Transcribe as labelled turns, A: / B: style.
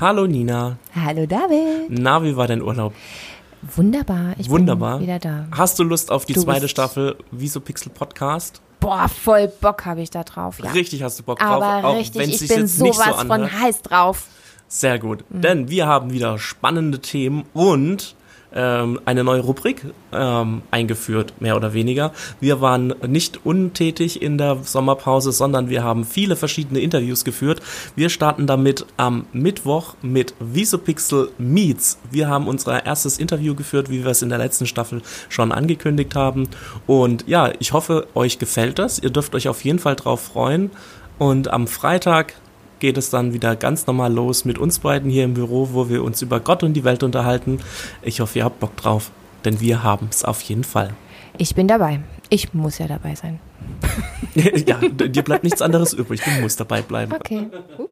A: Hallo Nina.
B: Hallo David.
A: Na, wie war dein Urlaub?
B: Wunderbar. Ich
A: Wunderbar.
B: bin wieder da.
A: Hast du Lust auf die
B: Du
A: zweite
B: bist-
A: Staffel Wieso Pixel Podcast?
B: Boah, voll Bock habe ich da drauf. Ja.
A: Richtig hast du Bock drauf,
B: Aber
A: auch
B: richtig,
A: wenn es
B: ich
A: sich
B: bin
A: jetzt nicht
B: sowas
A: so anhört.
B: von heiß drauf.
A: Sehr gut, denn wir haben wieder spannende Themen und ähm, eine neue Rubrik ähm, eingeführt, mehr oder weniger. Wir waren nicht untätig in der Sommerpause, sondern wir haben viele verschiedene Interviews geführt. Wir starten damit am Mittwoch mit Visopixel Meets. Wir haben unser erstes Interview geführt, wie wir es in der letzten Staffel schon angekündigt haben. Und ja, ich hoffe, euch gefällt das. Ihr dürft euch auf jeden Fall drauf freuen. Und am Freitag geht es dann wieder ganz normal los mit uns beiden hier im Büro, wo wir uns über Gott und die Welt unterhalten. Ich hoffe, ihr habt Bock drauf, denn wir haben es auf jeden Fall.
B: Ich bin dabei. Ich muss ja dabei sein.
A: ja, d- dir bleibt nichts anderes übrig, du musst dabei bleiben.
B: Okay.